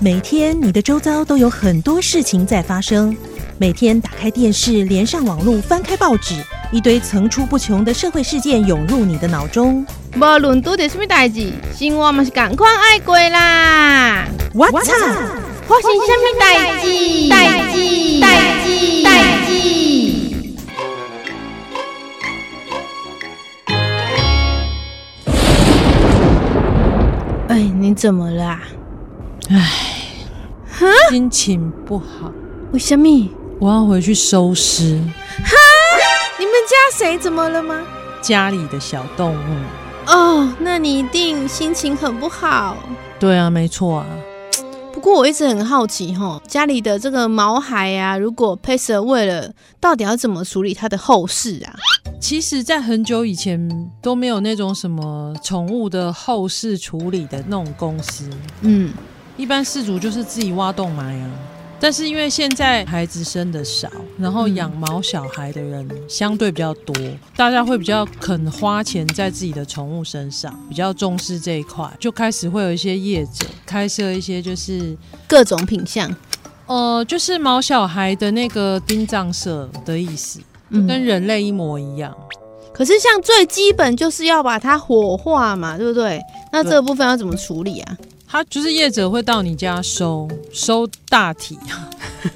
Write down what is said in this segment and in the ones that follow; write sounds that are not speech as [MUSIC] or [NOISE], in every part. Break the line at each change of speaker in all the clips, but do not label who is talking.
每天你的周遭都有很多事情在发生，每天打开电视，连上网络，翻开报纸，一堆层出不穷的社会事件涌入你的脑中。
无论拄着什么代志，生活嘛是共款爱过啦。
What's up？
发生什么代志？代志？代志？代志？哎，你怎么啦？
心情不好，
为什么？你
我要回去收尸
们家谁怎么了吗？
家里的小动物。
哦，那你一定心情很不好。
对啊，没错啊，
不过我一直很好奇哈，家里的这个毛孩啊，如果 p a c e r 为了，到底要怎么处理他的后事啊？
其实，在很久以前都没有那种什么宠物的后事处理的那种公司，
嗯，
一般事主就是自己挖洞埋啊。但是因为现在孩子生的少，然后
嗯
养毛小孩的人相对比较多，大家会比较肯花钱在自己的宠物身上，比较重视这一块，就开始会有一些业者开设一些就是
各种品相，
呃，就是毛小孩的那个殡葬社的意思，跟
嗯，
人类一模一样。
可是像最基本就是要把它火化嘛，对不对？那这
对
个部分要怎么处理啊？
他就是业者会到你家收收大 [LAUGHS] 体，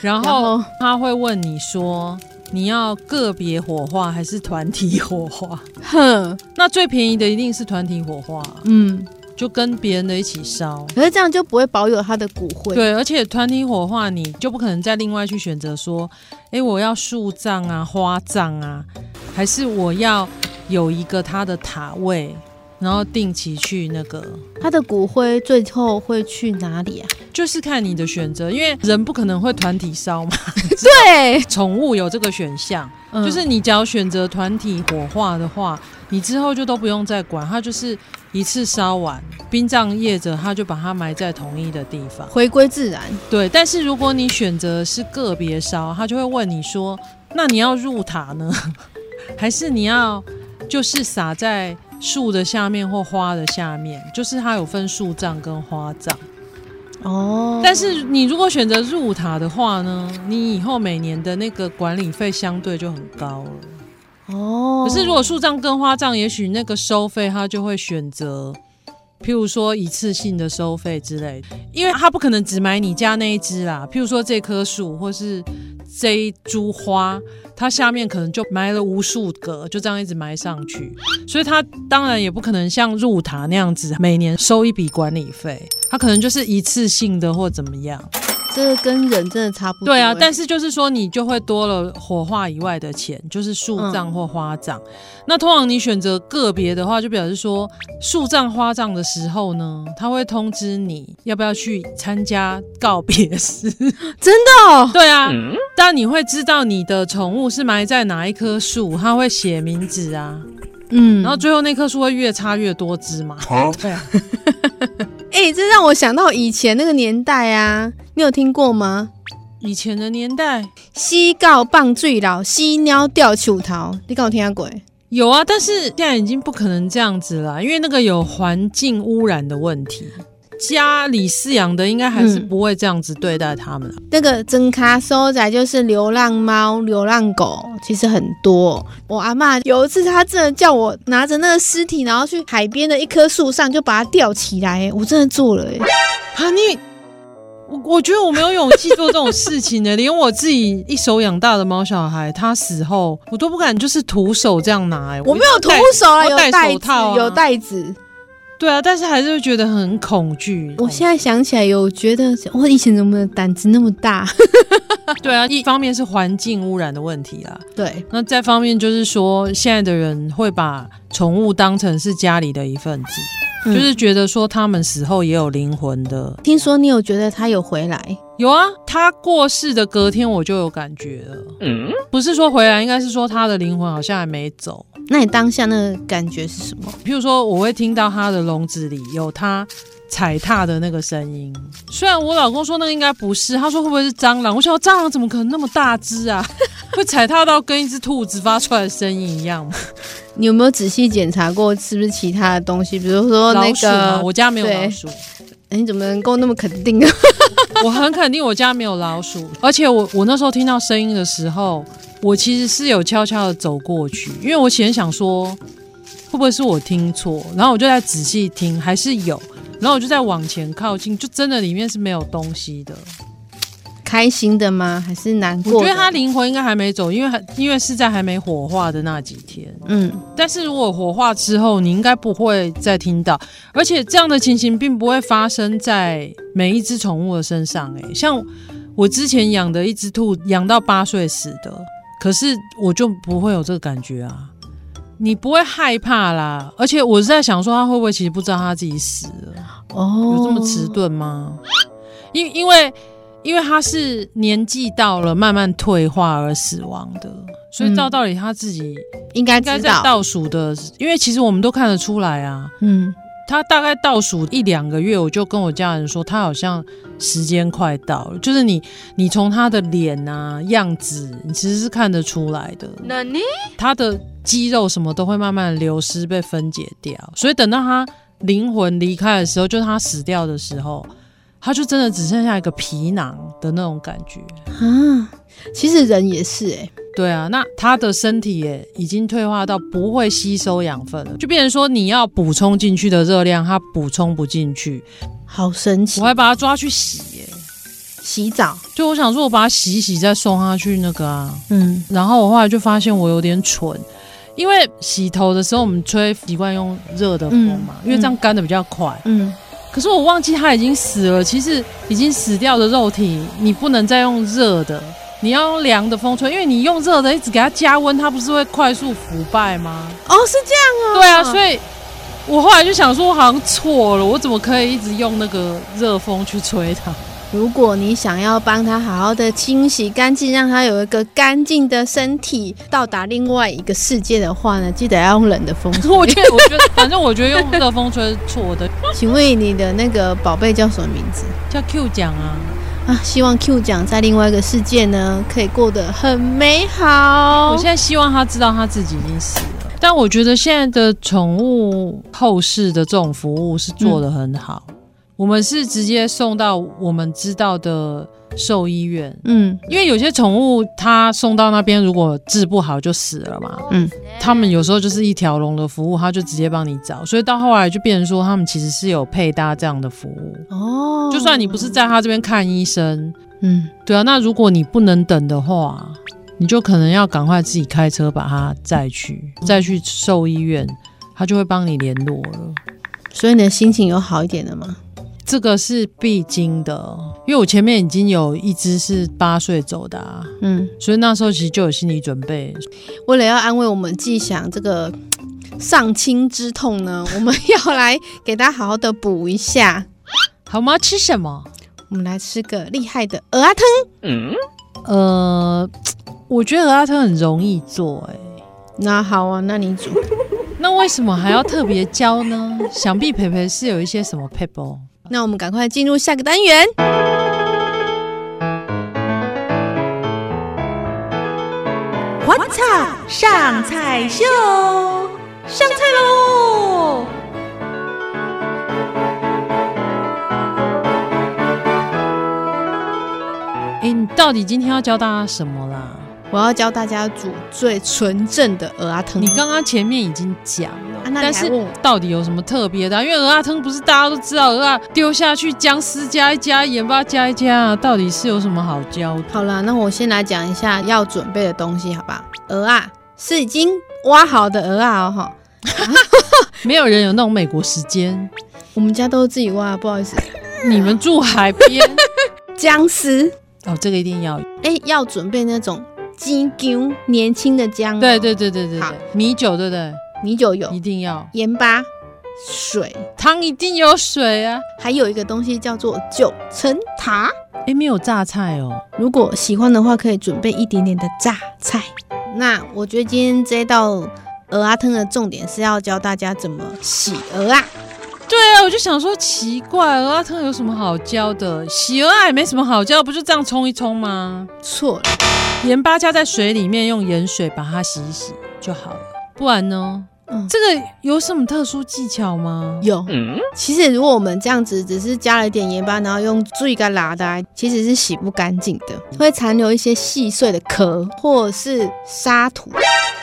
然后他会问你说你要个别火化还是团体火 [LAUGHS] 化？
哼，
那最便宜的一定是团体火化，
嗯，
就跟别人的一起烧。
可是这样就不会保有他的骨灰，，
对，而且团体火化你就不可能再另外去选择说，诶，我要树葬啊、花葬啊，还是我要有一个它的塔位，然后定期去那个，
他的骨灰最后会去哪里啊？
就是看你的选择，因为人不可能会团体烧嘛，
对，
宠物有这个选项，
就
就是你只要选择团体火化的话，你之后就都不用再管，它就是一次烧完，殡葬业者他就把它埋在同一的地方。
回归自然，
对，但是如果你选择是个别烧，他就会问你说：“那你要入塔呢， [LAUGHS] 还是你要就是撒在树的下面或花的下面？就是它有分树葬跟花葬。
哦，
但是你如果选择入塔的话呢，你以后每年的那个管理费相对就很高了。
哦，
可是如果树葬跟花葬，也许那个收费他就会选择，譬如说一次性的收费之类的，因为他不可能只买你家那一只啦。譬如说这棵树或是这一株花，它下面可能就埋了无数个，就这样一直埋上去，所以他当然也不可能像入塔那样子每年收一笔管理费，他可能就是一次性的或怎么样。
这个跟人真的差不多欸，
对啊，但是就是说你就会多了火化以外的钱，就是树葬或花葬。那通常你选择个别的话，就表示说树葬、花葬的时候呢，他会通知你要不要去参加告别式。 [LAUGHS]
哦，
对啊，但你会知道你的宠物是埋在哪一棵树，它会写名字啊，
嗯，
然后最后那棵树会越插越多枝嘛。对啊，
哎、这让我想到以前那个年代啊，你有听过吗？
以前的年代
西告棒最老，西鸟吊球桃，你敢有听过？
有啊，但是现在已经不可能这样子啊啦，因为那个有环境污染的问题。家里饲养的应该还是
嗯
不会这样子对待他们、啊
那个真卡收仔就是流浪猫、流浪狗，其实很多。我阿嬷有一次，她真的叫我拿着那个尸体，然后去海边的一棵树上就把它吊起来，我真的做了、欸。
啊，你，我我觉得我没有勇气做这种事情呢、 [LAUGHS] 连我自己一手养大的猫小孩，他死后我都不敢就是徒手这样拿、欸。
我没有徒
戴
手啊，
我
有
戴
袋
手
子，
套啊
有袋子。
对啊，但是还是会觉得很恐惧。
我现在想起来，有觉得我以前怎么胆子那么大？ [LAUGHS]
对啊，一方面是环境污染的问题啦，
对，
那再方面就是说，现在的人会把宠物当成是家里的一份子，
嗯
就是觉得说他们死后也有灵魂的。
听说你有觉得它有回来？
有啊，他过世的隔天我就有感觉了。不是说回来，应该是说他的灵魂好像还没走。
那你当下那个感觉是什么？
譬如说，我会听到他的笼子里有他踩踏的那个声音。虽然我老公说那个应该不是，他说会不会是蟑螂？我想蟑螂怎么可能那么大
[LAUGHS]
只啊？会踩踏到跟一只兔子发出来的声音一样吗？
你有哦没有仔细检查过是不是其他的东西？比如说那
老鼠嘛
个，
我家没有
对
老鼠。
哎、哎你怎么能够那么肯定 [LAUGHS] 呢？
我很肯定我家没有老鼠，而且我我那时候听到声音的时候，我其实是有悄悄的走过去，因为我先想说会不会是我听错，然后我就在仔细听，还是有，然后我就在往前靠近，就真的里面是没有东西的。
开心的吗？还是难过的？
我觉得他灵魂应该还没走，因为还因为是在还没火化的那几天。
嗯，
但是如果火化之后，你应该不会再听到，而且这样的情形并不会发生在每一只宠物的身上、欸。诶，像我之前养的一只兔，养到八岁死的，可是我就不会有这个感觉啊，你不会害怕啦。而且我是在想说，它会不会其实不知道它自己死了？
哦，
有这么迟钝吗？因因为因为他是年纪到了，慢慢退化而死亡的，所以照道理他自己
应该
应该
知
在
道。
倒数的，因为其实我们都看得出来啊。
嗯，
他大概倒数一两个月，我就跟我家人说，他好像时间快到了。就是你，你从他的脸啊样子，你其实是看得出来的。
那你
他的肌肉什么都会慢慢地流失、被分解掉，所以等到他灵魂离开的时候，就是他死掉的时候，他就真的只剩下一个皮囊的那种感觉。
啊，其实人也是哎、
对啊，那他的身体也已经退化到不会吸收养分了，就变成说你要补充进去的热量，它补充不进去。
好神奇
我。还把它抓去洗、耶，
洗澡，
就我想说，我把它洗一洗，再送它去那个啊。
嗯，
然后我后来就发现我有点蠢，因为洗头的时候我们吹习惯用热的风嘛，
嗯
因为这样干的比较快。
嗯，
可是我忘记它已经死了，其实已经死掉的肉体，你不能再用热的，你要用凉的风吹，因为你用热的一直给它加温，它不是会快速腐败吗？
哦，是这样哦。
对啊，所以我后来就想说，我好像错了，我怎么可以一直用那个热风去吹它？
如果你想要帮它好好的清洗干净，让它有一个干净的身体，到达另外一个世界的话呢，记得要用冷的风
我觉得，我觉得，反正我觉得用热风吹是错的，
请问你的那个宝贝叫什么名字
叫 Q 讲啊。
啊？希望 Q 奖在另外一个世界呢，可以过得很美好
我。现在希望他知道他自己已经死了，但我觉得现在的宠物后事的这种服务是做得很好。我们是直接送到我们知道的兽医院，
嗯
因为有些宠物它送到那边如果治不好就死了嘛。
嗯，
他们有时候就是一条龙的服务，他就直接帮你找，所以到后来就变成说他们其实是有配搭这样的服务，
哦，
就算你不是在他这边看医生，
嗯
对啊，那如果你不能等的话，你就可能要赶快自己开车把它载去，再去兽医院，他就会帮你联络了。
所以你的心情有好一点了吗？
这个是必经的，因为我前面已经有一只是八岁走的、啊，
嗯，
所以那时候其实就有心理准备。
为了要安慰我们既想这个丧亲之痛呢， [LAUGHS] 我们要来给大家好好的补一下。
好吗？吃什么？
我们来吃个厉害的鹅啊汤，
呃，我觉得阿特很容易做、欸，
那好啊，那你煮。
那为什么还要特别教呢？想必培培是有一些什么 people。
那我们赶快进入下个单元。
我操，上菜秀，上菜喽！
哎、你到底今天要教大家什么啦？
我要教大家煮最纯正的鹅啊汤。
你刚刚前面已经讲了，
啊那你还
但是
问我
到底有什么特别的啊、因为鹅啊汤不是大家都知道，鹅啊丢下去姜丝加一加，盐巴加一加啊，到底是有什么好教的？
好啦，那我先来讲一下要准备的东西，好吧？鹅啊是已经挖好的鹅啊哦哈，
没有人有那种美国时间，
我们家都是自己挖，不好意思。
你们住海边
姜丝，
哦，这个一定要有。
哎、要准备那种鸡姜，年轻的姜哦、
对对对对对
好
对，米酒对不对？
米酒有
一定要，
盐巴、水，
汤一定有水啊。
还有一个东西叫做九层塔。
哎，没有榨菜哦，
如果喜欢的话，可以准备一点点的榨菜。那我觉得今天这道鹅啊汤的重点是要教大家怎么洗鹅啊。
对啊，我就想说奇怪，鹅啊汤有什么好教的？洗鹅啊也没什么好教，不就这样冲一冲吗？
错了，
盐巴加在水里面，用盐水把它洗一洗就好了。不然呢，
嗯
这个有什么特殊技巧吗？
有，
嗯，
其实如果我们这样子只是加了一点盐巴，然后用注意干拉的，其实是洗不干净的，会残留一些细碎的壳或者是沙土。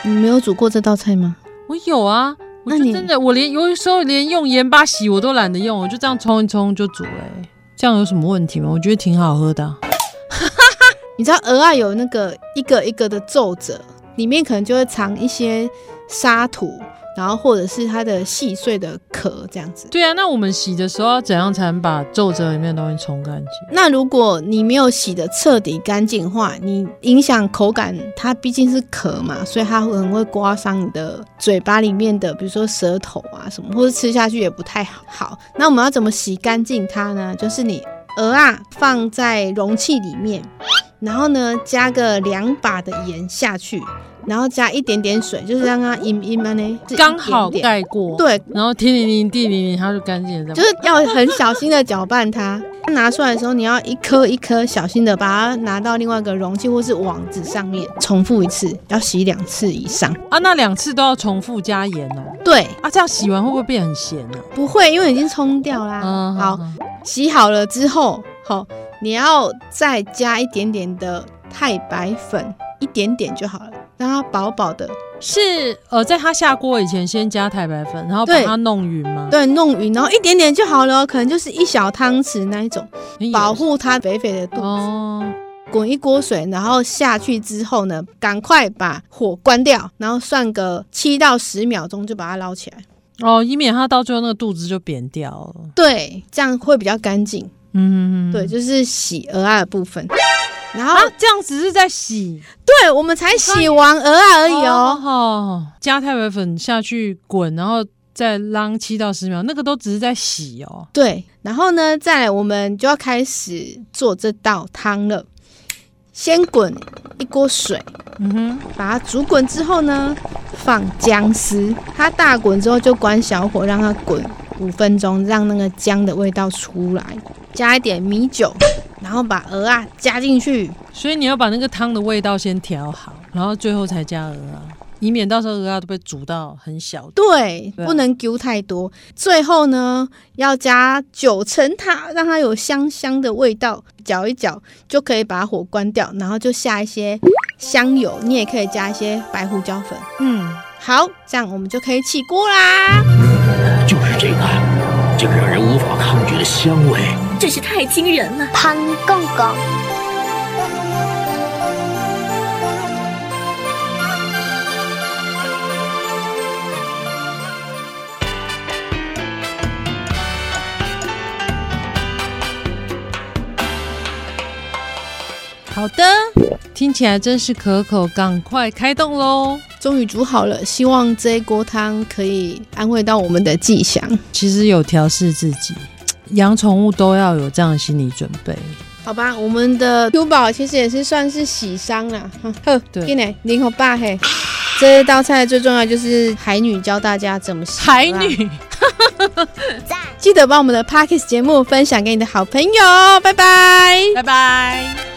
你没有煮过这道菜吗？
我有啊，我
那
就
你
真的，我连有的时候连用盐巴洗我都懒得用，我就这样冲一冲就煮了、欸。这样有什么问题吗？我觉得挺好喝的啊、
你知道鹅啊有那个一个一个的皱褶，里面可能就会藏一些沙土，然后或者是它的细碎的壳这样子。
对啊，那我们洗的时候要怎样才能把皱褶里面的东西冲干净？
那如果你没有洗的彻底干净的话，你影响口感，它毕竟是壳嘛，所以它可能会刮伤你的嘴巴里面的，比如说舌头啊什么，或者吃下去也不太好。好，那我们要怎么洗干净它呢？就是你鹅啊放在容器里面，然后呢加个两把的盐下去，然后加一点点水，就是让它阴阴的呢，是一
刚好
点点
盖过，，
对，
然后天灵灵地灵灵，它就干净了。
就是要很小心的搅拌它。拿出来的时候，你要一颗一颗小心的把它拿到另外一个容器或是网子上面，重复一次，要洗两次以上。
啊，那两次都要重复加盐哦。
对，
啊，这样洗完会不会变很咸呢、
不会，因为已经冲掉啦。
嗯，
好，洗好了之后，好，你要再加一点点的太白粉，一点点就好了，让它薄薄的。
是呃，在它下锅以前先加太白粉，然后把
对
它弄匀吗？
对，弄匀，然后一点点就好了哦，可能就是一小汤匙那一种，
哎，
保护它肥肥的肚子。
哦，
滚一锅水，然后下去之后呢，赶快把火关掉，然后算个七到十秒钟就把它捞起来。
哦，以免它到最后那个肚子就扁掉了。
对，这样会比较干净。
嗯，
对，就是洗鹅啊的部分。然后，
啊，这样只是在洗
对我们才洗完鹅啊而已哦。
哦，加太白粉下去滚，然后再浪七到十秒，那个都只是在洗哦。
对，然后呢，再来我们就要开始做这道汤了。先滚一锅水，
嗯哼，
把它煮滚之后呢，放姜丝，它大滚之后就关小火，让它滚五分钟，让那个姜的味道出来，加一点米酒，然后把鹅啊加进去。
所以你要把那个汤的味道先调好，然后最后才加鹅啊，以免到时候鹅啊都被煮到很小。
对，
对啊
不能丢太多。最后呢，要加九层塔，让它有香香的味道。搅一搅就可以把火关掉，然后就下一些香油，你也可以加一些白胡椒粉。
嗯，
好，这样我们就可以起锅啦。
就是这个，这个让人无法抗拒的香味。
真是太惊人了！
潘公公。
好的，听起来真是可口，赶快开动喽！
终于煮好了，希望这一锅汤可以安慰到我们的吉祥，
其实有调试自己，养宠物都要有这样的心理准备。
好吧？我们的 Q 宝其实也是算是喜伤啦，哼呵，
对
进来零和八嘿。这一道菜最重要就是海女教大家怎么洗，
海
好不好
女，
记得把我们的 Parkes 哦节目分享给你的好朋友，拜拜。
拜拜。